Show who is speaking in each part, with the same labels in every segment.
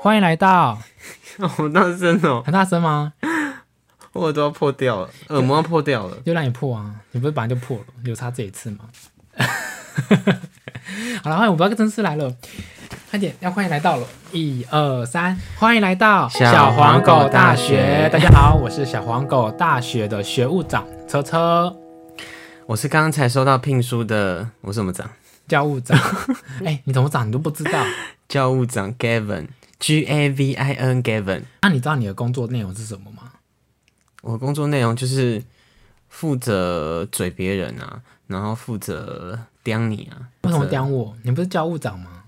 Speaker 1: 欢迎来到，
Speaker 2: 好大声 哦、
Speaker 1: 很大声吗？
Speaker 2: 我耳朵要破掉了，耳膜要破掉了。
Speaker 1: 就让你破啊！你不是本来就破了，有差这一次吗？ 好了，欢迎我不要真是来了，快点，要欢迎来到了，一二三，欢迎来到
Speaker 2: 小黄狗大学
Speaker 1: 大家好，我是小黄狗大学的学务长车车
Speaker 2: 我是刚刚才收到聘书的，我什么长？
Speaker 1: 教务 长。哎、你怎么长你都不知道？
Speaker 2: 教务长 Gavin，G A V I N Gavin。
Speaker 1: 那你知道你的工作内容是什么吗？
Speaker 2: 我工作内容就是负责嘴别人啊，然后负责刁你啊。
Speaker 1: 为什么
Speaker 2: 负责？
Speaker 1: 刁我？你不是教务长吗？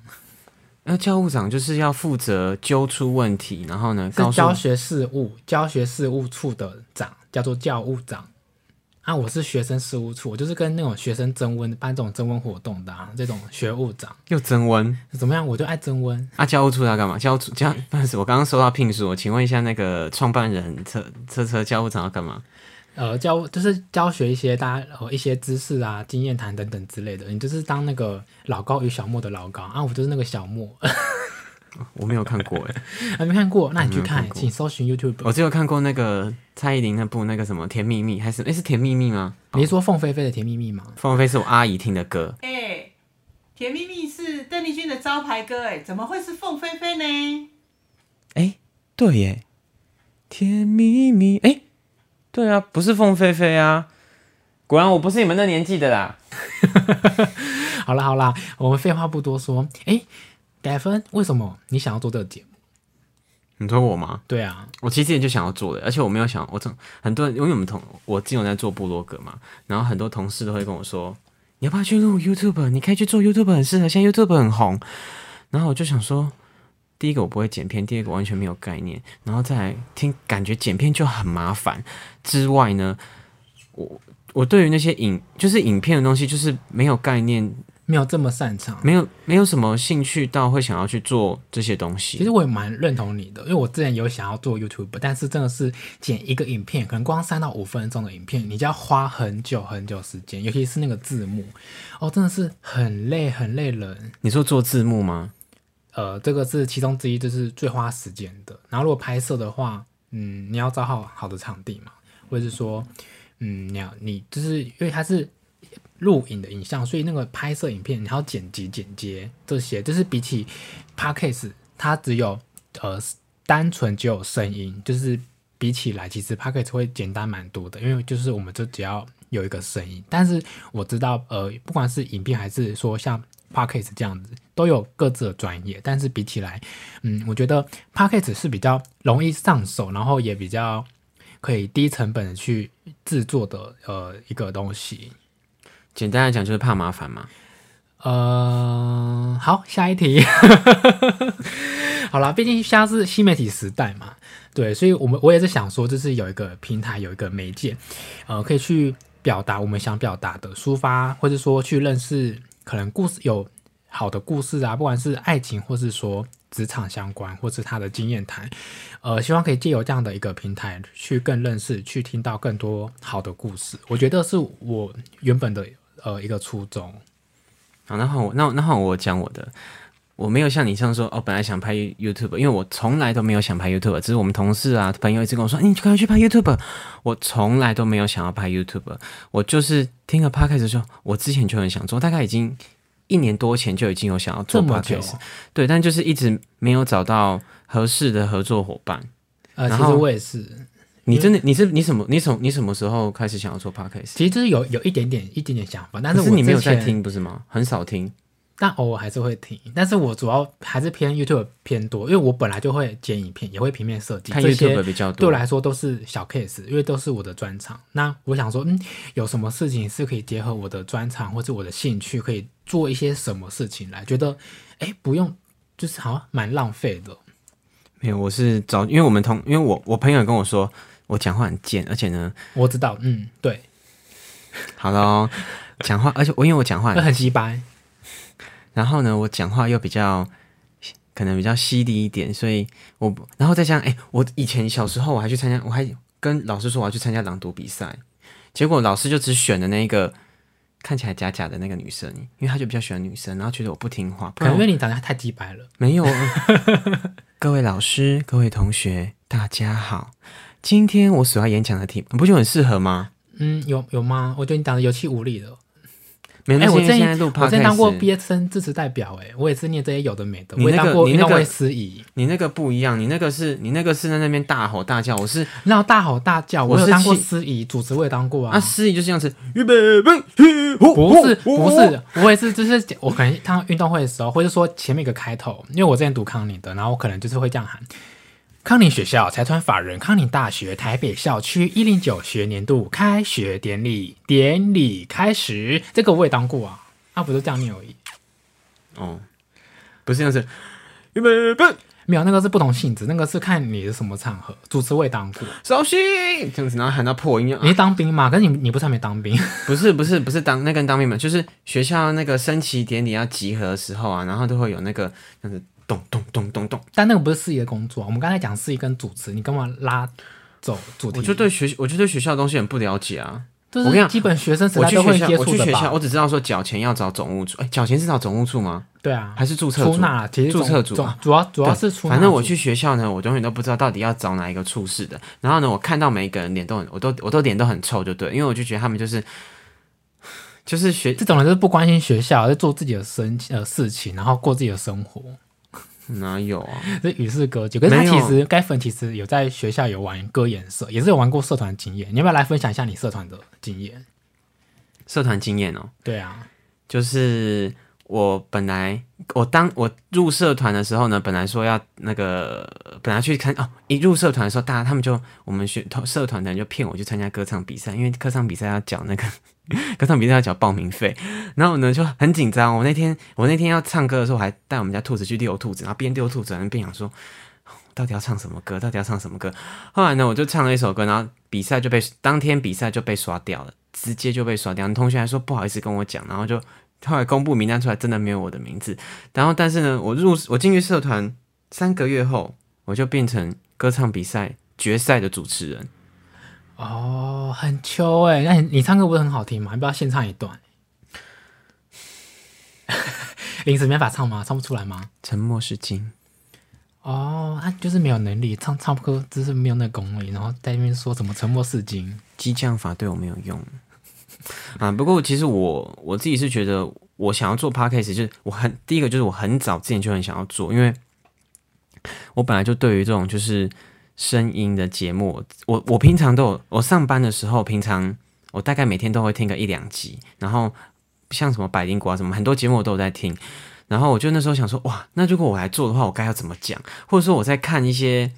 Speaker 2: 那教务长就是要负责揪出问题，然后呢，告
Speaker 1: 是
Speaker 2: 诉
Speaker 1: 教学事务教学事务处的长，叫做教务长。啊，我是学生事务处，我就是跟那种学生征温办这种征温活动的、啊、这种学务长，
Speaker 2: 又增温
Speaker 1: 怎么样？我就爱征温。
Speaker 2: 啊。教务处要干嘛？教务处教， 不好意思，我刚刚收到聘书，我请问一下那个创办人车车车教务长要干嘛？
Speaker 1: 呃，教就是教学一些大家呃一些知识啊、经验谈等等之类的。你就是当那个老高与小莫的老高啊，我就是那个小莫，
Speaker 2: 我没有看过哎。
Speaker 1: 还没看过，那你去
Speaker 2: 我没有
Speaker 1: 看，
Speaker 2: 看过哦
Speaker 1: 请搜寻 YouTube。
Speaker 2: 我只有看过那个蔡依林那部那个什么《甜蜜蜜》，还是诶是《甜蜜蜜》吗？
Speaker 1: 你是说凤飞飞的《甜蜜蜜》吗？
Speaker 2: 凤飞是我阿姨听的歌，
Speaker 3: 哎、甜蜜蜜是邓丽君的招牌歌，哎，怎么会是凤飞飞呢？
Speaker 2: 诶，对耶，《甜蜜蜜》诶，对啊，不是凤飞飞啊，果然我不是你们那年纪的啦。
Speaker 1: 好啦好啦，我们废话不多说。哎，改分，为什么你想要做这个节目？
Speaker 2: 你说我吗？
Speaker 1: 对啊，
Speaker 2: 我其实之前就想要做的，而且我没有想，我从很多人，因为我们同我之前有在做部落格嘛，然后很多同事都会跟我说，你要不要去录 YouTube？你可以去做 YouTube，很适合，现在 YouTube 很红。然后我就想说，第一个我不会剪片，第二个完全没有概念，然后再来听，感觉剪片就很麻烦。之外呢，我我对于那些影就是影片的东西，就是没有概念，
Speaker 1: 没有这么擅长。
Speaker 2: 没有没有什么兴趣到会想要去做这些东西。
Speaker 1: 其实我也蛮认同你的，因为我之前有想要做 YouTube，但是真的是剪一个影片，可能光三到五分钟的影片，你就要花很久很久时间，尤其是那个字幕，哦，真的是很累很累人。
Speaker 2: 你说做字幕吗？
Speaker 1: 呃，这个是其中之一，就是最花时间的。然后如果拍摄的话，嗯，你要找好好的场地嘛，或者是说，嗯，你要你就是因为它是录影的影像，所以那个拍摄影片，你还要剪辑、剪接这些，就是比起 podcast，它只有呃单纯只有声音，就是比起来，其实 podcast 会简单蛮多的，因为就是我们就只要有一个声音。但是我知道，呃，不管是影片还是说像 podcast 这样子，都有各自的专业，但是比起来，嗯，我觉得 podcast 是比较容易上手，然后也比较。可以低成本的去制作的呃一个东西，
Speaker 2: 简单来讲就是怕麻烦嘛。
Speaker 1: 呃，好，下一题。 好啦，毕竟现在是新媒体时代嘛，对，所以我们我也是想说，就是有一个平台，有一个媒介，呃，可以去表达我们想表达的，抒发，或者说去认识可能故事有好的故事啊，不管是爱情，或是说职场相关，或是他的经验谈，呃，希望可以借由这样的一个平台去更认识，去听到更多好的故事。我觉得是我原本的呃一个初衷。
Speaker 2: 好，那换我，那那换我讲我的。我没有像你这样说哦，本来想拍 YouTube，因为我从来都没有想拍 YouTube，只是我们同事啊、朋友一直跟我说，哎你赶快去拍 YouTube。我从来都没有想要拍 YouTube，我就是听了 Podcast 说，我之前就很想做，大概已经一年多前就已经有想要做
Speaker 1: 这么久啊
Speaker 2: Podcast，对，但就是一直没有找到合适的合作伙伴。
Speaker 1: 呃，其
Speaker 2: 然
Speaker 1: 实
Speaker 2: 后
Speaker 1: 我也是，
Speaker 2: 你真的你是你什么你什你什么时候开始想要做 Podcast？
Speaker 1: 其实就是有有一点点一点点想法，但
Speaker 2: 可
Speaker 1: 我
Speaker 2: 是你没有
Speaker 1: 之前
Speaker 2: 在，听不是吗？很少听。
Speaker 1: 但偶尔还是会听。但是我主要还是偏 YouTube 偏多，因为我本来就会剪影片，也会平面设计，
Speaker 2: 看
Speaker 1: 这些
Speaker 2: YouTube 比较多
Speaker 1: 对我来说都是小 case，因为都是我的专长。那我想说，嗯，有什么事情是可以结合我的专长或者我的兴趣，可以做一些什么事情来？觉得，哎，不用，就是好像蛮浪费的。
Speaker 2: 没有，我是找，因为我们同，因为我我朋友跟我说我讲话很贱，而且呢，
Speaker 1: 我知道，嗯，对，
Speaker 2: 好喽，讲话，而且我因为我讲话
Speaker 1: 会，很鸡掰。
Speaker 2: 然后呢，我讲话又比较可能比较犀利一点，所以我然后再加上，哎、我以前小时候我还去参加，我还跟老师说我要去参加朗读比赛，结果老师就只选了那个看起来假假的那个女生，因为他就比较喜欢女生，然后觉得我不听话，不
Speaker 1: 可能
Speaker 2: 然
Speaker 1: 因
Speaker 2: 我
Speaker 1: 为你长得太鸡掰了，
Speaker 2: 没有，呃 各位老师、各位同学，大家好。今天我所要演讲的题，不就很适合吗？
Speaker 1: 嗯，有有吗？我觉得你讲的有气无力的。
Speaker 2: 没有，
Speaker 1: 哎、
Speaker 2: 那
Speaker 1: 我
Speaker 2: 现在
Speaker 1: 之
Speaker 2: 现在录
Speaker 1: 前我之
Speaker 2: p o
Speaker 1: 前
Speaker 2: d
Speaker 1: 当过毕
Speaker 2: c
Speaker 1: 业生支持代表、哎，我也是念这些有的没的，
Speaker 2: 你
Speaker 1: 我也
Speaker 2: 那个
Speaker 1: 当过
Speaker 2: 你
Speaker 1: 运
Speaker 2: 那
Speaker 1: 动
Speaker 2: 个
Speaker 1: 会司仪，
Speaker 2: 你那个不一样，你那个是你那个是在那边大吼大叫，我是
Speaker 1: 然后大吼大叫，
Speaker 2: 我
Speaker 1: 我有
Speaker 2: 是
Speaker 1: 当过
Speaker 2: 气
Speaker 1: 司仪，主持我也当过
Speaker 2: 啊，哦
Speaker 1: 啊。
Speaker 2: 司仪就是这样子，预备备，起呼
Speaker 1: 不是
Speaker 2: 呼
Speaker 1: 不
Speaker 2: 呼
Speaker 1: 是，我也是，就是我可能他运动会的时候，或者说前面一个开头，因为我之前读康宁的，然后我可能就是会这样喊：康宁学校财团法人康宁大学台北校区一零九学年度开学典礼，典礼开始。这个我也当过啊，啊，不就这样念而已，
Speaker 2: 哦，不是这样子，预备备，
Speaker 1: 没有那个是不同性质，那个是看你是什么场合，主持我也当过。
Speaker 2: 稍息，这样子，然后喊到破音啊
Speaker 1: 你，是当兵嘛？可是你你不是还没当兵？
Speaker 2: 不是不是不是当那跟当兵们，就是学校那个升旗典礼要集合的时候啊，然后都会有那个这样子咚咚咚咚咚。
Speaker 1: 但那个不是司仪的工作啊、我们刚才讲司仪跟主持，你干嘛拉走主题？
Speaker 2: 我就对学，我就对学校的东西很不了解啊。
Speaker 1: 就
Speaker 2: 我跟你
Speaker 1: 是
Speaker 2: 讲
Speaker 1: 基本学生时
Speaker 2: 我
Speaker 1: 代
Speaker 2: 去
Speaker 1: 都会
Speaker 2: 学校
Speaker 1: 接，
Speaker 2: 我
Speaker 1: 触
Speaker 2: 去学
Speaker 1: 的
Speaker 2: 校，
Speaker 1: 吧？
Speaker 2: 我只知道说缴钱要找总务处，哎、缴钱是找总务处吗？
Speaker 1: 对啊，
Speaker 2: 还是注册
Speaker 1: 出
Speaker 2: 处？
Speaker 1: 纳其实
Speaker 2: 注
Speaker 1: 总
Speaker 2: 册组
Speaker 1: 总
Speaker 2: 啊
Speaker 1: 主要主要
Speaker 2: 对
Speaker 1: 是出纳组。
Speaker 2: 反正我去学校呢，我永远都不知道到底要找哪一个处室的。然后呢，我看到每一个人脸都很，我都我都脸都很臭，就对，因为我就觉得他们就是 就是学
Speaker 1: 这种人就是不关心学校，在做自己的生呃事情，然后过自己的生活，
Speaker 2: 哪有啊？
Speaker 1: 这与世隔绝。可是他
Speaker 2: 没有
Speaker 1: 其实该粉其实有在学校有玩歌演社，也是有玩过社团经验。你要不要来分享一下你社团的经验？
Speaker 2: 社团经验哦、
Speaker 1: 对啊，
Speaker 2: 就是我本来我当我入社团的时候呢，本来说要那个本来去看哦，一入社团的时候，大家他们就我们学同社团的人就骗我去参加歌唱比赛，因为歌唱比赛要缴那个歌唱比赛要缴报名费，然后呢就很紧张。我那天我那天要唱歌的时候，我还带我们家兔子去遛兔子，然后边遛兔子然后边想说。到底要唱什么歌？到底要唱什么歌？后来呢，我就唱了一首歌，然后比赛就被当天比赛就被刷掉了，直接就被刷掉。同学还说不好意思跟我讲，然后就后来公布名单出来，真的没有我的名字。然后，但是呢，我入我进去社团三个月后，我就变成歌唱比赛决赛的主持人。
Speaker 1: 哦，很秋哎、那你你唱歌不是很好听吗？你不要现唱一段。 临时没法唱吗？唱不出来吗？
Speaker 2: 沉默是金，
Speaker 1: 哦，他就是没有能力唱唱歌，就是没有那个功力，然后在那边说什么沉默是金。
Speaker 2: 激将法对我没有用啊。不过，其实我我自己是觉得，我想要做 podcast，就是我很第一个就是我很早之前就很想要做，因为我本来就对于这种就是声音的节目，我我平常都有，我上班的时候，平常我大概每天都会听个一两集，然后像什么百灵果啊什么，很多节目我都有在听。然后我就那时候想说，哇，那如果我来做的话，我该要怎么讲？或者说我在看一些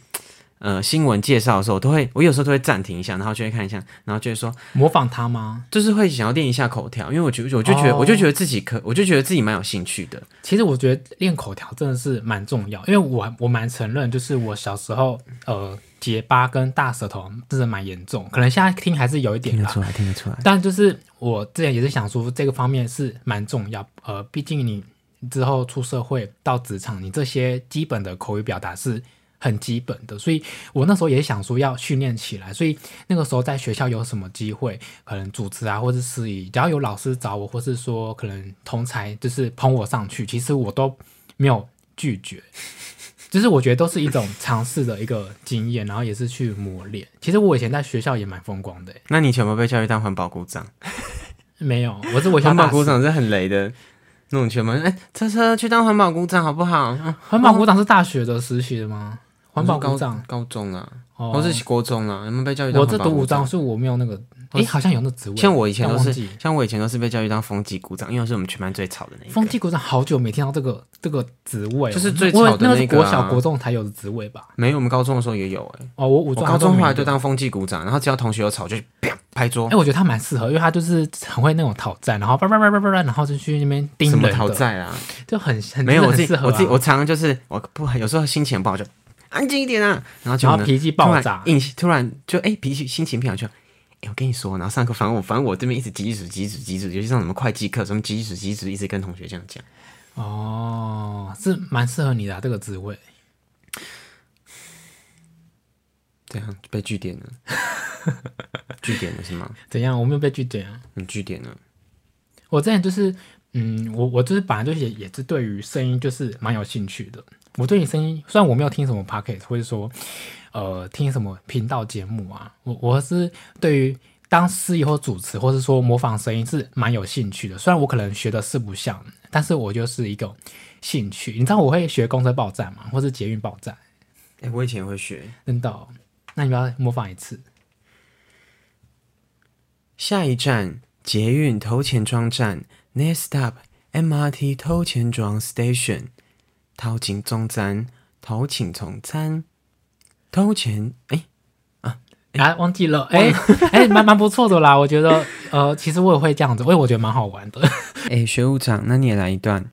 Speaker 2: 呃新闻介绍的时候，我都会，我有时候都会暂停一下，然后就会看一下，然后就会说，
Speaker 1: 模仿他吗？
Speaker 2: 就是会想要练一下口条，因为我觉我就觉得、
Speaker 1: 哦
Speaker 2: 我就觉得自己可，我就觉得自己蛮有兴趣的。
Speaker 1: 其实我觉得练口条真的是蛮重要，因为我我蛮承认，就是我小时候呃结巴跟大舌头真的蛮严重，可能现在听还是有一点啦。
Speaker 2: 来，听得出来。
Speaker 1: 但就是我之前也是想说，这个方面是蛮重要，呃，毕竟你之后出社会到职场，你这些基本的口语表达是很基本的，所以我那时候也想说要训练起来，所以那个时候在学校有什么机会，可能主持啊，或是司仪，只要有老师找我，或是说可能同才就是捧我上去，其实我都没有拒绝。 就是我觉得都是一种尝试的一个经验，然后也是去磨练。其实我以前在学校也蛮风光的、欸
Speaker 2: 那你以前有没有被教育当环保股长？
Speaker 1: 没有，我是我想
Speaker 2: 环保
Speaker 1: 把
Speaker 2: 股长是很雷的那种圈吗？哎、车车去当环保股长好不好？嗯
Speaker 1: 环保股长是大学的实习的吗？环保股长
Speaker 2: 我是高高中啊，
Speaker 1: 哦，
Speaker 2: 或是国中啊，有没有被教育当
Speaker 1: 我
Speaker 2: 环
Speaker 1: 这
Speaker 2: 保
Speaker 1: 读
Speaker 2: 股
Speaker 1: 五
Speaker 2: 长
Speaker 1: 章，？所以我没有那个，
Speaker 2: 或
Speaker 1: 诶，
Speaker 2: 是
Speaker 1: 好像有那职位。
Speaker 2: 像我以前都
Speaker 1: 但忘
Speaker 2: 是
Speaker 1: 记，
Speaker 2: 像我以前都是被教育当风纪股长，因为我是我们全班最吵的那一个。
Speaker 1: 风纪股长，好久没听到这个这个职位哦，
Speaker 2: 就是最
Speaker 1: 我以为
Speaker 2: 吵的
Speaker 1: 那
Speaker 2: 那
Speaker 1: 是
Speaker 2: 个
Speaker 1: 国
Speaker 2: 啊
Speaker 1: 小国中才有的职位吧？
Speaker 2: 没有，我们高中的时候也有哎、
Speaker 1: 哦，我五
Speaker 2: 我
Speaker 1: 专
Speaker 2: 高中后来就
Speaker 1: 当。
Speaker 2: 当风纪股长，然后只要同学有吵就啪拍桌
Speaker 1: 哎、。我觉得他蛮适合，因为他就是很会那种讨债，然后叭叭叭叭叭叭，然后就去那边盯
Speaker 2: 什
Speaker 1: 人
Speaker 2: 么
Speaker 1: 的，
Speaker 2: 讨债啊？
Speaker 1: 就很很
Speaker 2: 没
Speaker 1: 真的
Speaker 2: 有，我
Speaker 1: 很
Speaker 2: 自己、
Speaker 1: 适合、啊、
Speaker 2: 我自己我常常就是我不有时候心情不好就安静一点啊，然后就
Speaker 1: 然后脾气
Speaker 2: 突
Speaker 1: 爆
Speaker 2: 然
Speaker 1: 炸，
Speaker 2: 硬突然就哎、脾气心情不好就。哎我跟你说，然后上课，反正我反正我这边一直挤挤挤挤挤挤，尤其上什么会计课，什么挤挤挤挤，一直跟同学这样讲。
Speaker 1: 哦，是蛮适合你的、啊、这个职位。
Speaker 2: 这样啊被据点了，据点了是吗？
Speaker 1: 怎样？我没有被拒绝啊。
Speaker 2: 你据点了，
Speaker 1: 我之前就是嗯，我我就是本来就也也是对于声音就是蛮有兴趣的。我对你声音，虽然我没有听什么 podcast，或者说呃听什么频道节目啊，我我是对于当司仪或主持，或是说模仿声音是蛮有兴趣的。虽然我可能学的是不像，但是我就是一个兴趣。你知道我会学公车报站吗？或是捷运报站？
Speaker 2: 哎、我以前也会学。
Speaker 1: 真的哦、那你不要模仿一次。
Speaker 2: 下一站捷运头前庄站，Next stop MRT 头前庄 Station。头前中站，头前从站，头前哎、
Speaker 1: 啊，忘记了，哎、哎，蛮蛮不错的啦，我觉得，呃，其实我也会这样子，因为我觉得蛮好玩的。
Speaker 2: 哎、学务长，那你也来一段。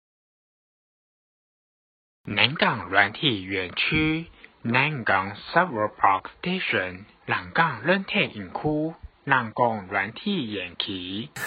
Speaker 4: 南港软体园区，南港 Server Park Station，南港软体园区，南港软体园区。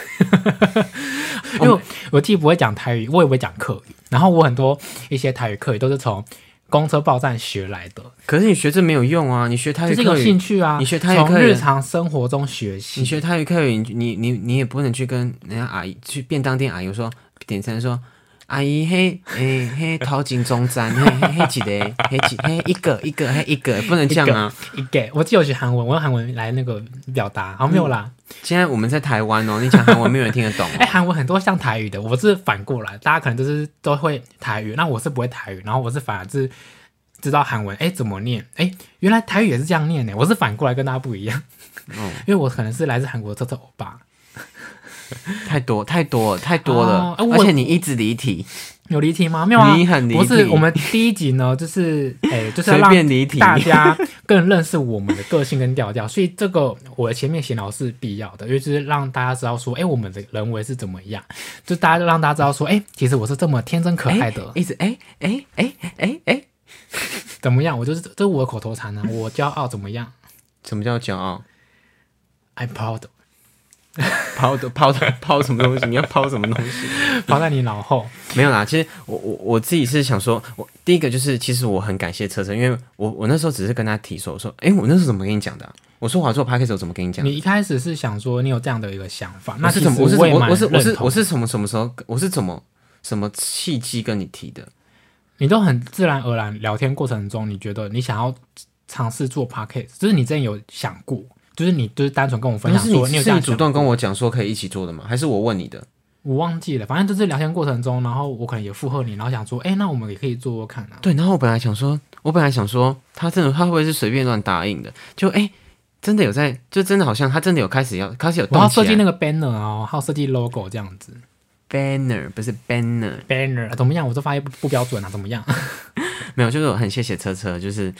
Speaker 1: 因为我我既不会讲台语，我也不会讲客语，然后我很多一些台语客语都是从公车报站学来的，
Speaker 2: 可是你学这没有用啊！你学泰
Speaker 1: 就
Speaker 2: 语
Speaker 1: 是
Speaker 2: 课
Speaker 1: 有兴
Speaker 2: 语，
Speaker 1: 趣啊，
Speaker 2: 你学台语
Speaker 1: 从
Speaker 2: 客语
Speaker 1: 日常生活中学
Speaker 2: 你
Speaker 1: 习。
Speaker 2: 学泰语课语，你你你也不能去跟人家阿姨去便当店阿姨说点餐说，阿姨嘿嘿嘿头前中站嘿嘿嘿几个嘿几嘿一个一个嘿一个，不能这样啊！
Speaker 1: 一个，我记得我学韩文，我用韩文来那个表达，哦好、没有啦。
Speaker 2: 现在我们在台湾哦，你讲韩文没有人听得懂、
Speaker 1: 哎、
Speaker 2: 哦。
Speaker 1: 韩文很多像台语的，我是反过来，大家可能就是都会台语，那我是不会台语，然后我是反而是知道韩文，哎、怎么念？哎、原来台语也是这样念呢，我是反过来跟大家不一样，
Speaker 2: 哦
Speaker 1: 因为我可能是来自韩国的臭臭欧巴，
Speaker 2: 太多太多太多了
Speaker 1: 哦，哎我
Speaker 2: 而且你一直离题，
Speaker 1: 有离题吗？没有啊，
Speaker 2: 你很离
Speaker 1: 不是
Speaker 2: 题
Speaker 1: 我们第一集呢， 就是哎、就是要
Speaker 2: 随便
Speaker 1: 让
Speaker 2: 离题。
Speaker 1: 大家更认识我们的个性跟调调，所以这个我的前面闲聊是必要的，因为就是让大家知道说，哎、我们的人为是怎么样，就大家就让大家知道说，哎、其实我是这么天真可爱的。
Speaker 2: 一直哎哎哎哎哎，
Speaker 1: 怎么样？我就是这是我的口头禅啊，我骄傲怎么样
Speaker 2: 什么叫骄傲？
Speaker 1: ？I'm proud，
Speaker 2: 抛的抛的抛什么东西？你要抛什么东西？
Speaker 1: 放在你脑后。
Speaker 2: 没有啦，其实我我我自己是想说，我第一个就是，其实我很感谢车车，因为我我那时候只是跟他提说，我说，哎、我那时候怎么跟你讲的啊、我说我要做 p a c k a g e 我怎么跟你讲的？
Speaker 1: 你一开始是想说你有这样的一个想法，
Speaker 2: 我
Speaker 1: 那
Speaker 2: 是
Speaker 1: 其
Speaker 2: 怎
Speaker 1: 实
Speaker 2: 么？我是
Speaker 1: 也
Speaker 2: 我
Speaker 1: 蛮
Speaker 2: 我是我是
Speaker 1: 认同
Speaker 2: 我是什么什么时候？我是怎么什么契机跟你提的？
Speaker 1: 你都很自然而然聊天过程中，你觉得你想要尝试做 podcast，就是你之前有想过，就是你就是单纯跟我分
Speaker 2: 那
Speaker 1: 享
Speaker 2: 是
Speaker 1: 说
Speaker 2: 你
Speaker 1: 你有这
Speaker 2: 是
Speaker 1: 样
Speaker 2: 你
Speaker 1: 的想
Speaker 2: 主
Speaker 1: 法
Speaker 2: 动跟我讲说可以一起做的吗？还是我问你的？
Speaker 1: 我忘记了，反正就是聊天过程中，然后我可能也附和你，然后想说，哎、那我们也可以做做看啊。
Speaker 2: 对，然后我本来想说，我本来想说，他真的他会不会是随便乱答应的？就哎、真的有在，就真的好像他真的有开始要开始有
Speaker 1: 我要
Speaker 2: 动起
Speaker 1: 设
Speaker 2: 来。
Speaker 1: 计那个 banner 哦，还有设计 logo 这样子
Speaker 2: banner 不是 banner，
Speaker 1: banner 啊怎么样？我这发音不不标准啊，怎么 样？
Speaker 2: 没有，就是我很谢谢车车，就是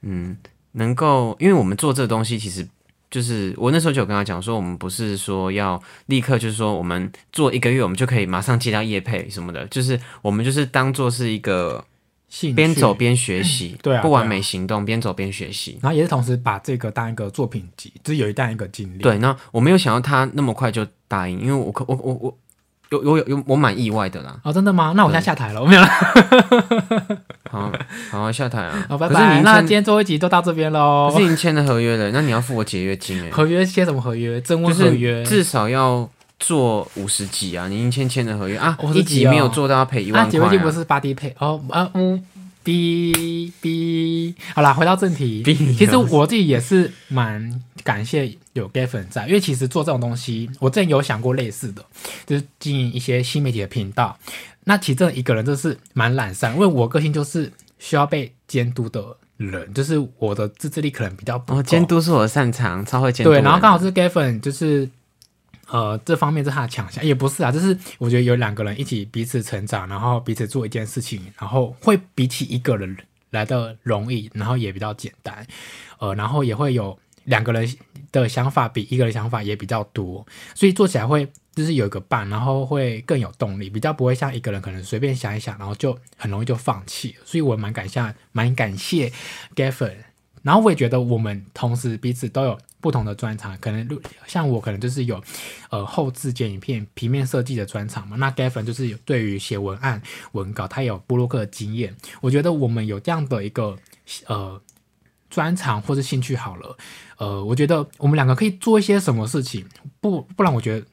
Speaker 2: 嗯，能够因为我们做这个东西，其实就是我那时候就有跟他讲说，我们不是说要立刻就是说我们做一个月，我们就可以马上接到业配什么的，就是我们就是当做是一个
Speaker 1: 兴趣
Speaker 2: 边走边学习，
Speaker 1: 对啊
Speaker 2: 不完
Speaker 1: 对啊
Speaker 2: 美行动，边走边学习。
Speaker 1: 然后也是同时把这个当一个作品集，就是有一当一个经历。，
Speaker 2: 对，那我没有想到他那么快就答应，因为我可我我我有有有有我蛮意外的啦。
Speaker 1: 哦，真的吗？那我现在下台了，我没有了，
Speaker 2: 好，好啊下台啊，
Speaker 1: 哦好，拜
Speaker 2: 可是
Speaker 1: 拜。
Speaker 2: 你
Speaker 1: 那
Speaker 2: 签
Speaker 1: 今天最后一集就到这边喽
Speaker 2: 可。是你签了合约了，那你要付我解约金哎、
Speaker 1: 合约签什么合约？征
Speaker 2: 就
Speaker 1: 婚合约
Speaker 2: 是？至少要做五十集啊！你已经签签了合约啊，
Speaker 1: 50集
Speaker 2: 一集
Speaker 1: 哦
Speaker 2: 没有做到要赔一
Speaker 1: 那
Speaker 2: 万
Speaker 1: 解
Speaker 2: 块、
Speaker 1: 约金不
Speaker 2: 啊。
Speaker 1: 是八 D 配哦啊嗯哔哔。好啦，回到正题
Speaker 2: 哔。
Speaker 1: 其实我自己也是蛮感谢有 gay 粉在，因为其实做这种东西，我之前有想过类似的，就是经营一些新媒体的频道。那其实真的一个人真的是蛮懒散，因为我个性就是需要被监督的人，就是我的自制力可能比较不够。
Speaker 2: 哦，监督是我的擅长，超会监督
Speaker 1: 对，
Speaker 2: 人。
Speaker 1: 然后刚好是 Gavin，就是呃这方面是他的强项，也不是啊，就是我觉得有两个人一起彼此成长，然后彼此做一件事情，然后会比起一个人来的容易，然后也比较简单，呃，然后也会有两个人的想法比一个人想法也比较多，所以做起来会。就是有一个伴，然后会更有动力，比较不会像一个人可能随便想一想，然后就很容易就放弃了。所以我蛮感谢，蛮感谢 Gavin 然后我也觉得我们同时彼此都有不同的专长，可能录像我可能就是有呃后置剪影片、平面设计的专长嘛，那 Gavin 就是有对于写文案、文稿，他也有布洛克的经验。我觉得我们有这样的一个呃专长或是兴趣好了，呃，我觉得我们两个可以做一些什么事情，不不然我觉得。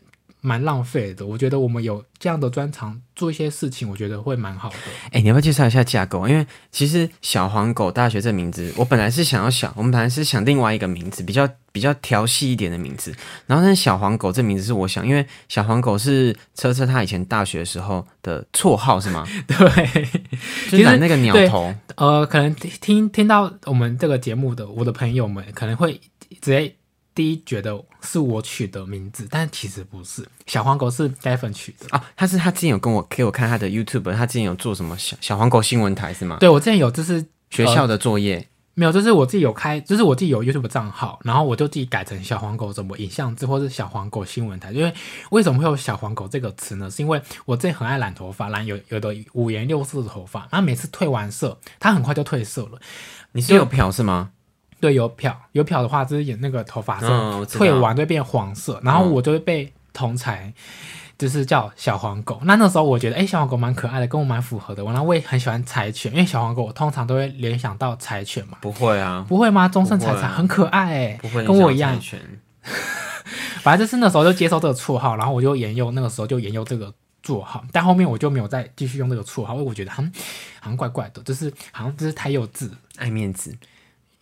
Speaker 1: 蛮浪费的。我觉得我们有这样的专长做一些事情，我觉得会蛮好的。
Speaker 2: 哎、你要不要介绍一下架构？因为其实小黄狗大学这名字，我本来是想要想，我们本来是想另外一个名字，比较比较调戏一点的名字。然后，但是小黄狗这名字是我想，因为小黄狗是车车他以前大学时候的绰号是吗？
Speaker 1: 对，
Speaker 2: 就
Speaker 1: 其实
Speaker 2: 染那个鸟
Speaker 1: 对
Speaker 2: 头。
Speaker 1: 呃，可能听听听到我们这个节目的我的朋友们，可能会直接第一觉得是我取的名字，但其实不是，小黄狗是 Gavin 取的。
Speaker 2: 啊，他是他之前有跟我给我看他的 YouTube，他之前有做什么小小黄狗新闻台是吗？
Speaker 1: 对呃我之前有就是
Speaker 2: 学校的作业，
Speaker 1: 没有，就是我自己有开，就是我自己有 YouTube 账号，然后我就自己改成小黄狗怎么影像字，或是小黄狗新闻台。因为为什么会有小黄狗这个词呢？是因为我自己很爱染头发，染有有的五颜六色的头发，然后每次退完色，它很快就褪色了。
Speaker 2: 你是有漂是吗？
Speaker 1: 对，有漂有漂的话，就是演那个头发色、
Speaker 2: 嗯我知道
Speaker 1: 退完就会变黄色，然后
Speaker 2: 嗯
Speaker 1: 我就会被同才。就是叫小黄狗，那那时候我觉得，哎、小黄狗蛮可爱的，跟我蛮符合的。我然后我也很喜欢柴犬，因为小黄狗我通常都会联想到柴犬嘛，
Speaker 2: 不会啊，
Speaker 1: 不会吗？中盛柴
Speaker 2: 不会
Speaker 1: 柴
Speaker 2: 啊
Speaker 1: 很可爱哎、
Speaker 2: 不会，
Speaker 1: 跟我一样
Speaker 2: 你想要。猜拳
Speaker 1: 反正就是那时候就接受这个绰号，然后我就沿用那个时候就沿用这个绰号，但后面我就没有再继续用这个绰号，因为我觉得好像好像怪怪的，就是好像就是太幼稚，
Speaker 2: 爱面子，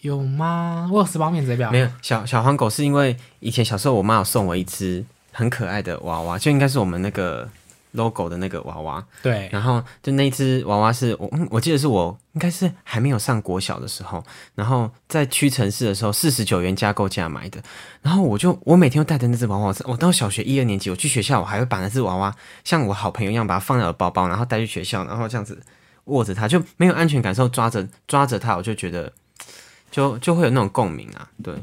Speaker 1: 有吗？我有十八面这表
Speaker 2: 没有小小黄狗是因为以前小时候我妈有送我一只很可爱的娃娃，就应该是我们那个 logo 的那个娃娃，
Speaker 1: 对，
Speaker 2: 然后就那一只娃娃是我，嗯我记得是我应该是还没有上国小的时候，然后在屈臣氏的时候四十九元加购价买的，然后我就我每天都带着那只娃娃，我到小学一二年级，我去学校我还会把那只娃娃像我好朋友一样把它放在我的包包，然后带去学校，然后这样子握着它就没有安全感，时候抓着抓着它，我就觉得就就会有那种共鸣啊，对，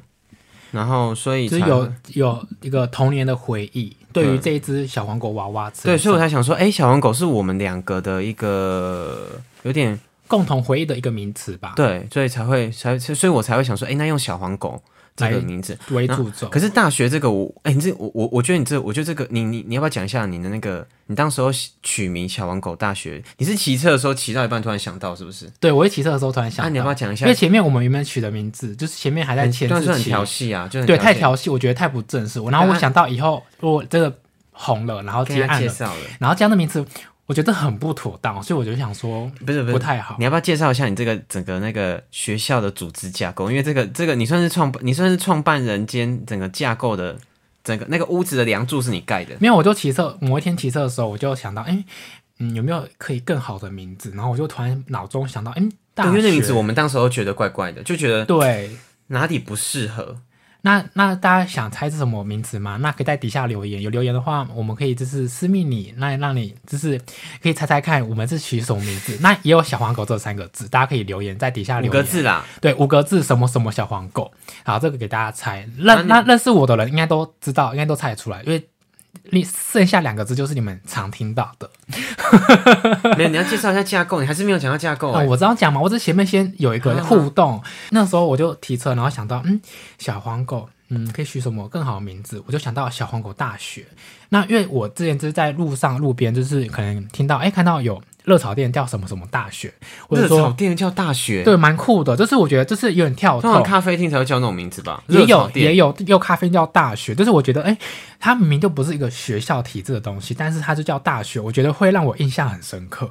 Speaker 2: 然后所以
Speaker 1: 就是
Speaker 2: 才
Speaker 1: 有有一个童年的回忆，对于
Speaker 2: 嗯
Speaker 1: 这一只小黄狗娃娃身上，
Speaker 2: 对，所以我才想说，哎、小黄狗是我们两个的一个有点。
Speaker 1: 共同回忆的一个名词吧，
Speaker 2: 对，所以才会才所以我才会想说，哎、那用小黄狗这个
Speaker 1: 来
Speaker 2: 名字。
Speaker 1: 为主轴。
Speaker 2: 啊可是大学这个我，哎、你这我我我觉得你这，我觉得这个你你你要不要讲一下你的那个，你当时候取名小黄狗大学，你是骑车的时候骑到一半突然想到是不是？
Speaker 1: 对我一骑车的时候突然想
Speaker 2: 啊，
Speaker 1: 到，
Speaker 2: 你要不要讲一下
Speaker 1: 因为？前面我们原本取的名字，就是前面还在
Speaker 2: 很
Speaker 1: 前
Speaker 2: 但是
Speaker 1: 置
Speaker 2: 很
Speaker 1: 期，
Speaker 2: 调戏啊，就很
Speaker 1: 对，太
Speaker 2: 戏啊
Speaker 1: 调戏，我觉得太不正式。我然后我想到以后如果这个红了，然后接
Speaker 2: 跟他
Speaker 1: 案
Speaker 2: 介
Speaker 1: 了，
Speaker 2: 绍了，
Speaker 1: 然后这样的名字，我觉得很不妥当，所以我就想说
Speaker 2: 不是不是
Speaker 1: 不太好
Speaker 2: 你。要不要介绍一下你这个整个那个学校的组织架构？因为这个这个你算是创你算是创办人兼整个架构的整个那个屋子的梁柱是你盖的，
Speaker 1: 没有，我就骑车，某一天骑车的时候，我就想到，哎、嗯，有没有可以更好的名字？然后我就突然脑中想到，嗯，大
Speaker 2: 对，
Speaker 1: 学
Speaker 2: 因为那名字我们当时候觉得怪怪的，就觉得
Speaker 1: 对。
Speaker 2: 哪里不适合。
Speaker 1: 那那大家想猜是什么名字吗？那可以在底下留言，有留言的话，我们可以就是私密你，那让你就是可以猜猜看我们是取什么名字。 那也有小黄狗这三个字，大家可以留言在底下
Speaker 2: 五
Speaker 1: 留言。
Speaker 2: 个字 啦，
Speaker 1: 对，五个字什么什么小黄狗，好，这个给大家猜。认
Speaker 2: 那
Speaker 1: 那
Speaker 2: 你
Speaker 1: 认识我的人应该都知道，应该都猜得出来，因为你剩下两个字就是你们常听到的。
Speaker 2: 没有，你要介绍一下架构，你哎还是没有讲到架构、
Speaker 1: 哦，
Speaker 2: 欸。
Speaker 1: 我这样讲嘛，我这前面先有一个
Speaker 2: 啊
Speaker 1: 互动，那时候我就提车，然后想到，嗯，小黄狗，嗯，可以取什么更好的名字？我就想到小黄狗大学。那因为我之前就是在路上路边，就是可能听到，哎、看到有热炒店叫什么什么大学，或者
Speaker 2: 热炒
Speaker 1: 说。
Speaker 2: 店啊叫大学，
Speaker 1: 对，，蛮酷的，就是我觉得就是有点跳
Speaker 2: 通常
Speaker 1: 脱，
Speaker 2: 咖啡厅才会叫那种名字吧？
Speaker 1: 也
Speaker 2: 热炒
Speaker 1: 有
Speaker 2: 店
Speaker 1: 哦也有又咖啡叫大学，就是我觉得，哎、它明明就不是一个学校体制的东西，但是它就叫大学，我觉得会让我印象很深刻。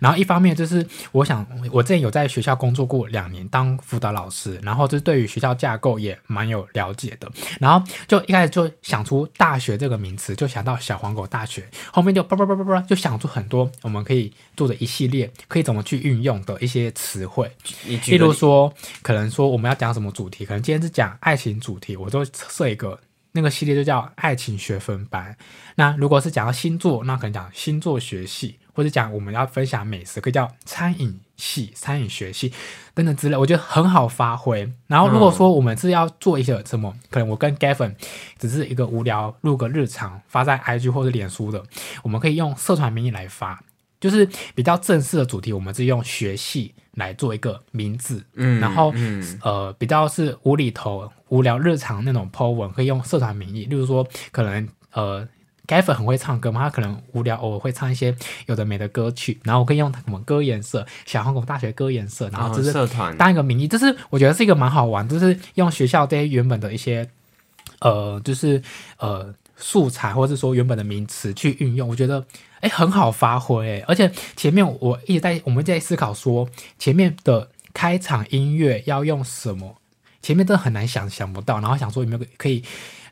Speaker 1: 然后一方面就是，我想我之前有在学校工作过两年，当辅导老师，然后就是对于学校架构也蛮有了解的。然后就一开始就想出“大学”这个名词，就想到小黄狗大学，后面就叭叭叭叭叭就想出很多我们可以做的一系列可以怎么去运用的一些词汇。
Speaker 2: 你举
Speaker 1: 例
Speaker 2: 个
Speaker 1: 如
Speaker 2: 例
Speaker 1: 说，可能说我们要讲什么主题，可能今天是讲爱情主题，我就设一个那个系列就叫爱情学分班。那如果是讲到星座，那可能讲星座学系，或者讲我们要分享美食，可以叫餐饮系、餐饮学系等等之类，我觉得很好发挥。然后如果说我们是要做一些什么，可能我跟 Gavin 只是一个无聊录个日常发在 IG 或者脸书的，我们可以用社团名义来发。就是比较正式的主题，我们是用学系来做一个名字，
Speaker 2: 嗯
Speaker 1: 然后、
Speaker 2: 嗯
Speaker 1: 呃比较是无厘头、无聊、日常那种 po 文，可以用社团名义，例如说可能呃。该粉很会唱歌嘛，他可能无聊偶尔会唱一些有的没的歌曲，然后我可以用什么歌颜色，小黄狗大学歌颜色，然后就
Speaker 2: 哦
Speaker 1: 啊是
Speaker 2: 社团
Speaker 1: 当一个名义，这是我觉得是一个蛮好玩，就是用学校这些原本的一些呃，就是呃素材或是说原本的名词去运用，我觉得哎、很好发挥、诶而且前面我一直在我们一直在思考说前面的开场音乐要用什么，前面真的很难想想不到，然后想说有没有可以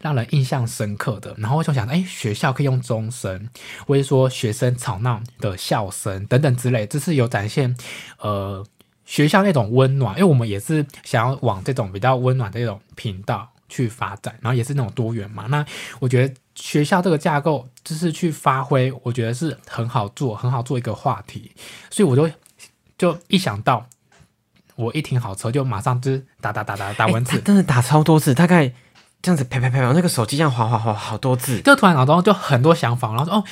Speaker 1: 让人印象深刻的，然后我就想哎、学校可以用钟声，或者说学生吵闹的笑声等等之类，这是有展现呃学校那种温暖，因为我们也是想要往这种比较温暖的这种频道去发展，然后也是那种多元嘛。那我觉得学校这个架构就是去发挥，我觉得是很好做，很好做一个话题，所以我就就一想到。我一停好车，就马上就是打打打打打文字
Speaker 2: 欸他，真的打超多字，大概这样子啪啪啪啪，那个手机这样划划划好多字。
Speaker 1: 就突然脑中就很多想法，然后说哦，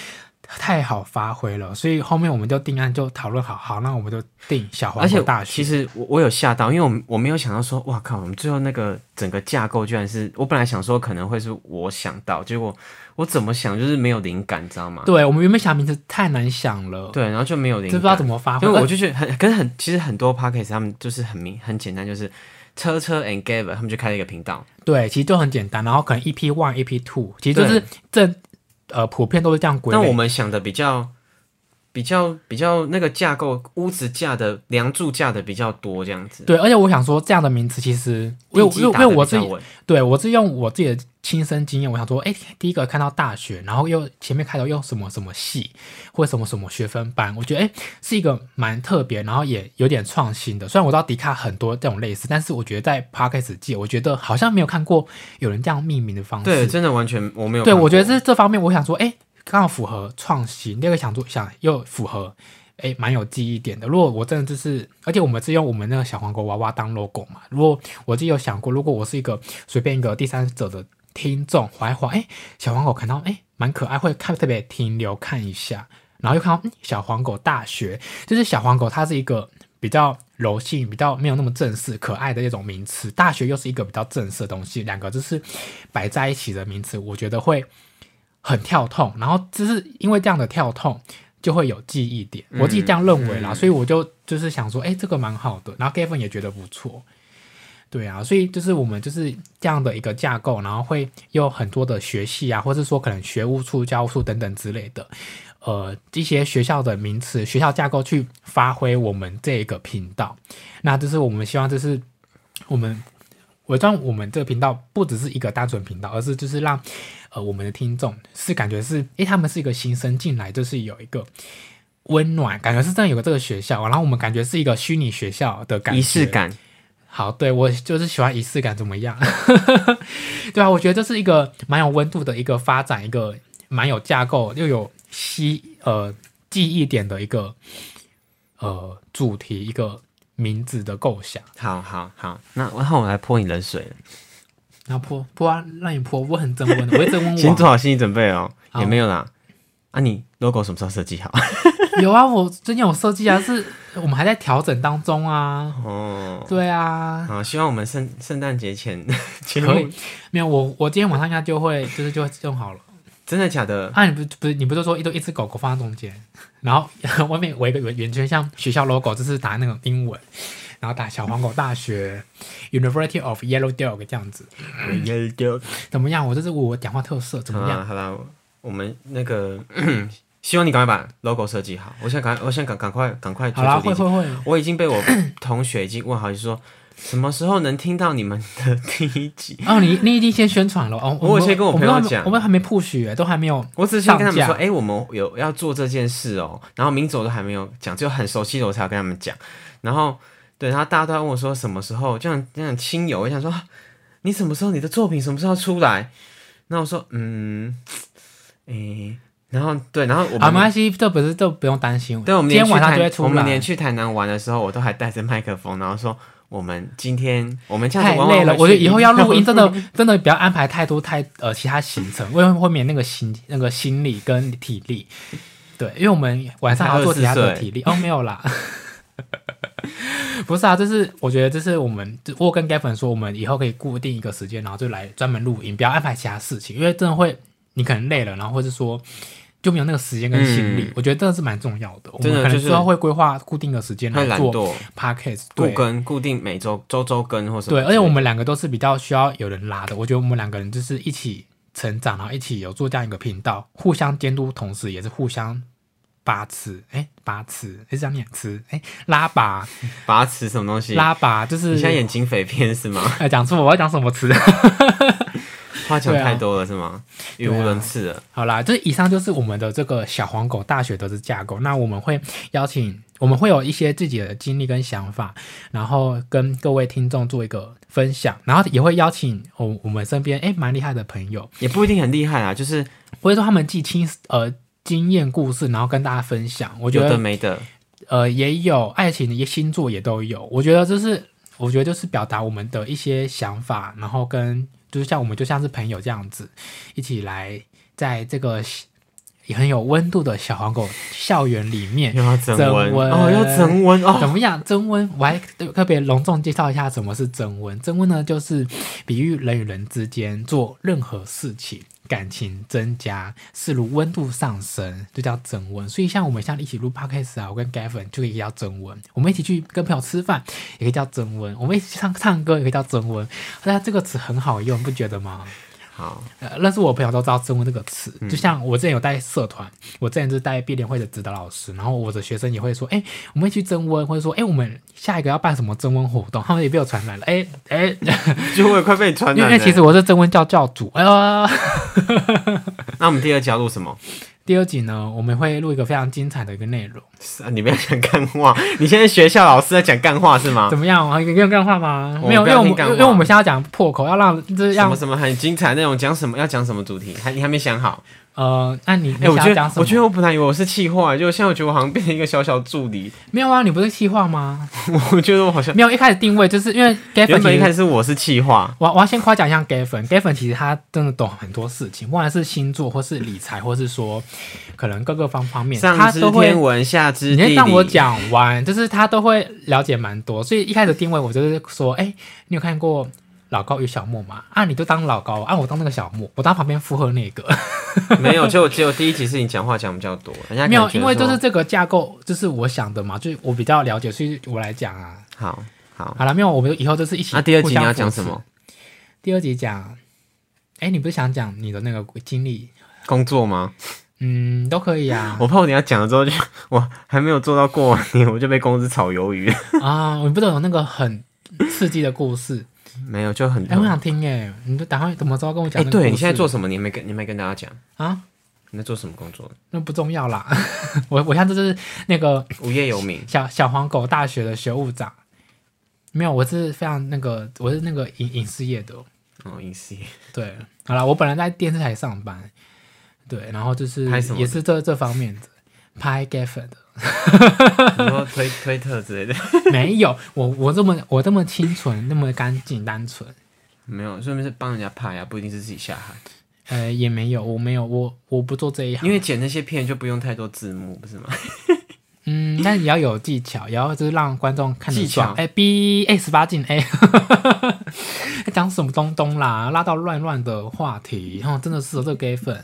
Speaker 1: 太好发挥了，所以后面我们就定案就讨论好，好，那我们就定小黄
Speaker 2: 而且
Speaker 1: 瓜大
Speaker 2: 其
Speaker 1: 学。
Speaker 2: 实我我有吓到，因为我我没有想到说，哇靠！我们最后那个整个架构居然是我本来想说可能会是我想到，结果我怎么想就是没有灵感，你知道吗？
Speaker 1: 对我们原本想名字太难想了，
Speaker 2: 对，然后就没有灵
Speaker 1: 这
Speaker 2: 感，
Speaker 1: 不知道怎么发挥。
Speaker 2: 因为我
Speaker 1: 呃
Speaker 2: 就觉得很，可是很，其实很多 podcast 他们就是很明很简单，就是车车 and Gave 他们就开了一个频道，
Speaker 1: 对，其实就很简单，然后可能 EP one、EP two，其实就是
Speaker 2: 对
Speaker 1: 正呃普遍都是这样归
Speaker 2: 但
Speaker 1: 类。
Speaker 2: 我们想的比较比较比较那个架构，屋子架的梁柱架的比较多这样子。
Speaker 1: 对，而且我想说，这样的名词其实，因为
Speaker 2: 地基
Speaker 1: 因为因
Speaker 2: 打得
Speaker 1: 为我
Speaker 2: 比较
Speaker 1: 自己
Speaker 2: 稳
Speaker 1: 对我是用我自己的亲身经验，我想说，哎、第一个看到大学，然后又前面开头用什么什么系或什么什么学分班，我觉得哎、诶是一个蛮特别，然后也有点创新的。虽然我知道迪卡很多这种类似，但是我觉得在 p o d c a s t 界，我觉得好像没有看过有人这样命名的方式。
Speaker 2: 对，真的完全我没有
Speaker 1: 对，
Speaker 2: 看过。
Speaker 1: 我觉得这这方面，我想说，哎、刚好符合创新。第二个想做想又符合，哎、蛮有记忆点的。如果我真的就是，而且我们是用我们那个小黄狗娃娃当 logo 嘛。如果我自己有想过，如果我是一个随便一个第三者的听众，划一划，哎、小黄狗看到，哎、蛮可爱，会看特别停留看一下，然后又看到，嗯，小黄狗大学，就是小黄狗，它是一个比较柔性、比较没有那么正式、可爱的一种名词。大学又是一个比较正式的东西，两个就是摆在一起的名词，我觉得会很跳痛。然后就是因为这样的跳痛，就会有记忆点。我自己这样认为啦，所以我就就是想说，哎、这个蛮好的。然后 Gavin 也觉得不错。对啊，所以就是我们就是这样的一个架构，然后会有很多的学系啊，或是说可能学务处、教务处等等之类的，呃一些学校的名词、学校架构去发挥我们这个频道。那这是我们希望，这是我们我让我们这个频道不只是一个单纯频道，而是就是让呃我们的听众是感觉是，诶，他们是一个新生进来，就是有一个。温暖感觉是真的有个这个学校，然后我们感觉是一个虚拟学校的感觉，
Speaker 2: 仪式感，
Speaker 1: 好，对我就是喜欢仪式感，怎么样？ 对啊，我觉得这是一个蛮有温度的一个发展，一个蛮有架构又有吸呃记忆点的一个呃主题，一个名字的构想。
Speaker 2: 好好好，那然后我来泼你冷水了，
Speaker 1: 然后泼泼啊，让你泼，我很正温的，我会正温
Speaker 2: 先做
Speaker 1: 我。
Speaker 2: 好心理准备哦。
Speaker 1: 好
Speaker 2: 也没有啦，啊，你 logo 什么时候设计好？
Speaker 1: 有啊，我最近有设计啊，是我们还在调整当中啊。
Speaker 2: 哦，
Speaker 1: 对啊，
Speaker 2: 好，希望我们圣圣诞节前 节
Speaker 1: 可
Speaker 2: 目
Speaker 1: 以。没有我，我今天晚上应该就会，就是就会用好了。
Speaker 2: 真的假的？
Speaker 1: 啊，你不不是你不是说一都一只狗狗放在中间，然后外面围一个圆圆圈，像学校 logo，就是打那种英文，然后打小黄狗大 学 University of Yellow Dog 这样子，怎么样？我这是我讲话特色怎
Speaker 2: 好
Speaker 1: 么样？
Speaker 2: 啦好啦，我们那个 希望你赶快把 logo 设计好。我现在赶快，我现在赶赶快赶快
Speaker 1: 好
Speaker 2: 追
Speaker 1: 啦，
Speaker 2: 逐
Speaker 1: 会
Speaker 2: 力
Speaker 1: 会会，
Speaker 2: 我已经被我 同学已经问好，就说什么时候能听到你们的第一集？
Speaker 1: 哦，你你已经先宣传了哦，
Speaker 2: 我有
Speaker 1: 们
Speaker 2: 先跟我
Speaker 1: 我
Speaker 2: 朋友
Speaker 1: 们都还没
Speaker 2: 讲
Speaker 1: 我们还没 push，欸都还没有，
Speaker 2: 我只是先跟他们
Speaker 1: 上
Speaker 2: 说，
Speaker 1: 架
Speaker 2: 哎、我们有要做这件事哦、然后名字我都还没有讲，只有很熟悉的我才要跟他们讲。然后对，然后大家都在问我说什么时候，就像这样亲友，我想说啊你什么时候你的作品什么时候出来？那我说嗯，哎、然后对，然后我
Speaker 1: 好，啊没
Speaker 2: 们
Speaker 1: 关系，这不是这不用担心，
Speaker 2: 对，我们
Speaker 1: 今
Speaker 2: 连
Speaker 1: 天
Speaker 2: 去
Speaker 1: 晚上就
Speaker 2: 台
Speaker 1: 会出
Speaker 2: 我们
Speaker 1: 来
Speaker 2: 连。去台南玩的时候，我都还带着麦克风，然后说我们今天我们这样
Speaker 1: 太
Speaker 2: 子玩玩
Speaker 1: 哎累了，
Speaker 2: 回
Speaker 1: 我觉得
Speaker 2: 去
Speaker 1: 以后要录 音，真的真的不要安排太多太呃其他行程，因为会免那个心那个心力跟体力。对，因为我们晚上还要做其他的 体力。哦，没有啦， 不是啊，就是我觉得这是我们，就我跟 Gavin 说，我们以后可以固定一个时间，然后就来专门录音，不要安排其他事情，因为真的会你可能累了，然后或是说。就没有那个时间跟心力，
Speaker 2: 嗯
Speaker 1: 我觉得真的是蛮重要的。我
Speaker 2: 真
Speaker 1: 们
Speaker 2: 的
Speaker 1: 可能
Speaker 2: 就是
Speaker 1: 之后会规划固定的时间
Speaker 2: 会
Speaker 1: 来
Speaker 2: 懒
Speaker 1: 做
Speaker 2: 惰，
Speaker 1: podcast，
Speaker 2: 固
Speaker 1: 对，
Speaker 2: 更固定每周周周更或什么之类
Speaker 1: 对，
Speaker 2: 的。
Speaker 1: 而且我们两个都是比较需要有人拉的，我觉得我们两个人就是一起成长，然后一起有做这样一个频道，互相监督，同时也是互相拔刺，哎、拔刺，哎、是这样念刺，哎、拉拔，
Speaker 2: 把它吃什么东西？
Speaker 1: 拉拔，就是
Speaker 2: 你现在演警匪片是吗？
Speaker 1: 哎，讲错，我要讲什么词？
Speaker 2: 话讲
Speaker 1: 对啊
Speaker 2: 太多了是吗？语无伦次了。
Speaker 1: 好啦，这以上就是我们的这个小黄狗大学的这架构。那我们会邀请，我们会有一些自己的经历跟想法，然后跟各位听众做一个分享，然后也会邀请我我们身边诶蛮厉害的朋友，
Speaker 2: 也不一定很厉害啊，就是
Speaker 1: 或者说他们既亲呃经验故事，然后跟大家分享。我觉
Speaker 2: 有的
Speaker 1: 得
Speaker 2: 没的，
Speaker 1: 呃也有爱情，也星座也都有。我觉得这是我觉得就是表达我们的一些想法，然后跟就是像我们就像是朋友这样子，一起来在这个也很有温度的小黄狗校园里面
Speaker 2: 又要增温
Speaker 1: 增温
Speaker 2: 哦，要增温
Speaker 1: 怎
Speaker 2: 哦，
Speaker 1: 么样？增温，我还特别隆重介绍一下什么是增温。增温呢，就是比喻人与人之间做任何事情，感情增加，是如温度上升，就叫增温。所以像我们像一起录 podcast 啊，我跟 Gavin 就可以叫增温。我们一起去跟朋友吃饭，也可以叫增温。我们一起去唱唱歌，也可以叫增温。那这个词很好用，不觉得吗？
Speaker 2: 好，
Speaker 1: 呃，认识我的朋友都知道“增温”这个词，
Speaker 2: 嗯
Speaker 1: 就像我之前有带社团，我之前是带毕联会的指导老师，然后我的学生也会说，哎、我们一起去增温，或者说，哎、我们下一个要办什么增温活动，他们也被我传染了，哎、哎、
Speaker 2: 就我也快被你传
Speaker 1: 因
Speaker 2: 染了。
Speaker 1: 为其实我是增温教教主，哎、呦，
Speaker 2: 那我们第二加入什么？
Speaker 1: 第二集呢，我们会录一个非常精彩的一个内容，
Speaker 2: 是啊你不要讲干话，你现在学校老师在讲干话是吗？
Speaker 1: 怎么样？我用干话吗？
Speaker 2: 啊我
Speaker 1: 没有，因为
Speaker 2: 不要
Speaker 1: 我们
Speaker 2: 听干话
Speaker 1: 因为我们现在要讲破口，要让就是
Speaker 2: 什
Speaker 1: 让
Speaker 2: 么什么很精彩内容，讲什么要讲什么主题，还你还没想好？
Speaker 1: 呃，那你你
Speaker 2: 哎、我
Speaker 1: 想
Speaker 2: 觉
Speaker 1: 要讲
Speaker 2: 得
Speaker 1: 什么？
Speaker 2: 我觉得我本来以为我是气话，就现在我觉得我好像变成一个小小助理，
Speaker 1: 没有啊，你不是气话吗？
Speaker 2: 我觉得我好像
Speaker 1: 没有，一开始定位就是因为 Gavin
Speaker 2: 原本
Speaker 1: 其
Speaker 2: 一
Speaker 1: 实
Speaker 2: 开始我是气话，
Speaker 1: 我我要先夸奖一下 gay 粉，gay 粉其实他真的懂很多事情，不管是星座或是理财，或是说可能各个方方面，他
Speaker 2: 上知
Speaker 1: 都会
Speaker 2: 天。文下知
Speaker 1: 你
Speaker 2: 地理，
Speaker 1: 先让我讲完，就是他都会了解蛮多，所以一开始定位我就是说，哎、你有看过老高与小莫吗？啊，你就当老高，啊，我当那个小莫，我当旁边附和那 个。
Speaker 2: 没有，就只有第一集是你讲话讲比较多，人家
Speaker 1: 没有，
Speaker 2: 感觉
Speaker 1: 因为就是
Speaker 2: 说
Speaker 1: 这个架构，就是我想的嘛，就是我比较了解，所以我来讲啊。
Speaker 2: 好好。
Speaker 1: 好了，没有，我们以后就是一起。
Speaker 2: 那、第二集你要讲什么？？
Speaker 1: 第二集讲，哎、你不是想讲你的那个经历
Speaker 2: 工作吗？
Speaker 1: 嗯，都可以 啊。
Speaker 2: 我怕我等一下讲了之后就，我还没有做到过 完年，我就被公司炒鱿鱼了。
Speaker 1: 啊，我不懂有那个很刺激的故事，
Speaker 2: 没有，就很
Speaker 1: 哎、我想听哎、你就打算怎么时候跟我讲
Speaker 2: 嗯哎、
Speaker 1: 那个故事？
Speaker 2: 对你现在做什么？你没跟你没跟大家讲
Speaker 1: 啊？
Speaker 2: 你在做什么工作？
Speaker 1: 那不重要啦。 我我现在就是那个
Speaker 2: 无业游民。
Speaker 1: 小小黄狗大学的学务长，没有，我是非常那个，我是那个影影视业的。
Speaker 2: 哦，影 视
Speaker 1: 对，好啦，我本来在电视台上班，对，然后就是
Speaker 2: 拍什么的
Speaker 1: 也是这这方面的，拍 g a f f e 的。
Speaker 2: 然后推推特之类的，
Speaker 1: 没有，我我这么我这么清纯，那么干净单纯。
Speaker 2: 没有，顺便是帮人家拍啊，不一定是自己下海。
Speaker 1: 呃，也没有，我没有，我我不做这一行，
Speaker 2: 因为剪那些片就不用太多字幕，不是吗？
Speaker 1: 嗯，但也要有技巧，也要就是让观众看得
Speaker 2: 技巧
Speaker 1: 爽。哎，B 哎十八禁哎， 讲什么东东啦，拉到乱乱的话题，然后真的是这个 gay 粉。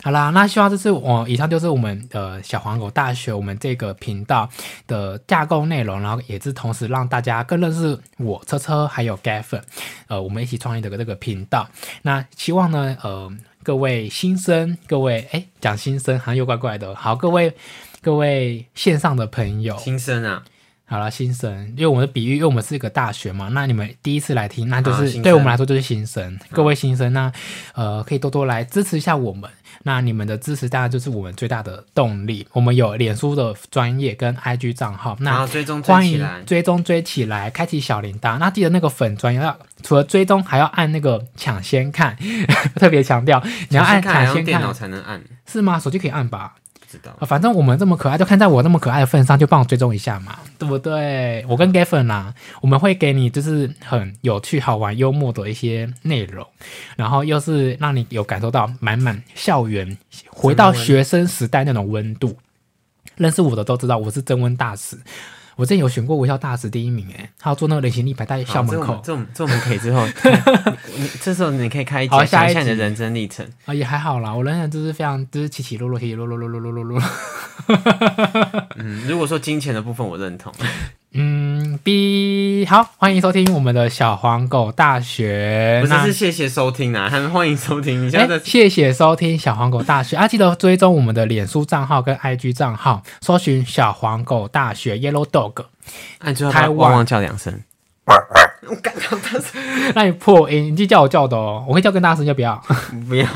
Speaker 1: 好啦，那希望这是我以上就是我们呃小黄狗大学我们这个频道的架构内容，然后也是同时让大家更认识我车车还有 gay 粉，呃，我们一起创立的这个频道。那希望呢，呃，各位新生，各位哎讲新生好像又怪怪的，哦好，各位各位线上的朋友，
Speaker 2: 新生啊，
Speaker 1: 好了，新生，因为我们的比喻，因为我们是一个大学嘛，那你们第一次来听，那就
Speaker 2: 啊
Speaker 1: 是
Speaker 2: 新生啊
Speaker 1: 对我们来说就是新生，各位新生，那呃可以多多来支持一下我们，那你们的支持当然就是我们最大的动力。我们有脸书的专业跟 IG 账号，那
Speaker 2: 然后追踪追
Speaker 1: 欢
Speaker 2: 起
Speaker 1: 迎
Speaker 2: 来，
Speaker 1: 追踪追起来，开启小铃铛。那记得那个粉专要除了追踪，还要按那个抢先看， 特别强调你要按
Speaker 2: 抢先看，
Speaker 1: 抢
Speaker 2: 要用
Speaker 1: 先
Speaker 2: 电脑
Speaker 1: 看，
Speaker 2: 才能按，
Speaker 1: 是吗？手机可以按吧？
Speaker 2: 不知道
Speaker 1: 啊，反正我们这么可爱，就看在我那么可爱的份上，就帮我追踪一下嘛，对不对？我跟 Gavin 啦、我们会给你就是很有趣、好玩、幽默的一些内容，然后又是让你有感受到满满校园，回到学生时代那种温度。认识我的都知道，我是增温大使。我之前有选过微笑大使第一名，哎，他要做那个人形立牌在校门口
Speaker 2: 好，这我们这我们这我们可以 之后，你你这时候你可以开一集
Speaker 1: 好下
Speaker 2: 讲
Speaker 1: 一
Speaker 2: 一下你的
Speaker 1: 集
Speaker 2: 人生历程。
Speaker 1: 啊，也还好啦。我仍然就是非常就是起起落落，起起落落，落落落落落落。
Speaker 2: 嗯，如果说金钱的部分我认同，
Speaker 1: 嗯，B 好，欢迎收听我们的小黄狗大学。
Speaker 2: 不 是
Speaker 1: 那
Speaker 2: 是谢谢收听啊，还没欢迎收听。你现在
Speaker 1: 哎，
Speaker 2: 在
Speaker 1: 谢谢收听小黄狗大学啊！记得追踪我们的脸书账号跟 IG 账号，搜寻小黄狗大学 Yellow Dog，
Speaker 2: 按住要
Speaker 1: 台
Speaker 2: 哎把
Speaker 1: 湾
Speaker 2: 汪汪叫两声。
Speaker 1: 让你破音，你就叫我叫的哦，我会叫更大声，要不要？
Speaker 2: 不要，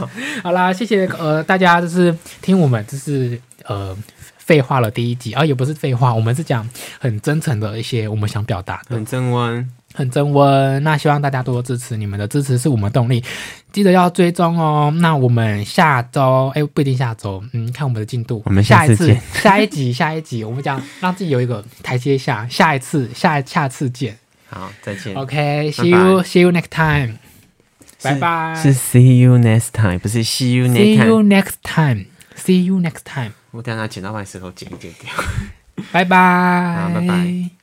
Speaker 1: 好啦，谢谢呃大家，就是听我们就是呃废话了第一集，啊也不是废话，我们是讲很真诚的一些我们想表达的，
Speaker 2: 很正温。
Speaker 1: 很真温。那希望大家多多支持，你们的支持是我们动力，记得要追踪哦。那我们下周，哎、不一定下周，嗯，看我们的进度。
Speaker 2: 我们
Speaker 1: 下
Speaker 2: 下
Speaker 1: 一
Speaker 2: 次
Speaker 1: 次
Speaker 2: 见，
Speaker 1: 下一集， 下一集，我们讲让自己有一个台阶下，下一次，下下次见。
Speaker 2: 好，再见。
Speaker 1: OK，see、you，see you next time，拜拜。
Speaker 2: 是 see you next time，不是 see you next
Speaker 1: See
Speaker 2: time。
Speaker 1: you next time，see you next time，
Speaker 2: 我等一下拿剪刀把你舌头剪一剪掉。
Speaker 1: 拜拜
Speaker 2: 好，拜拜。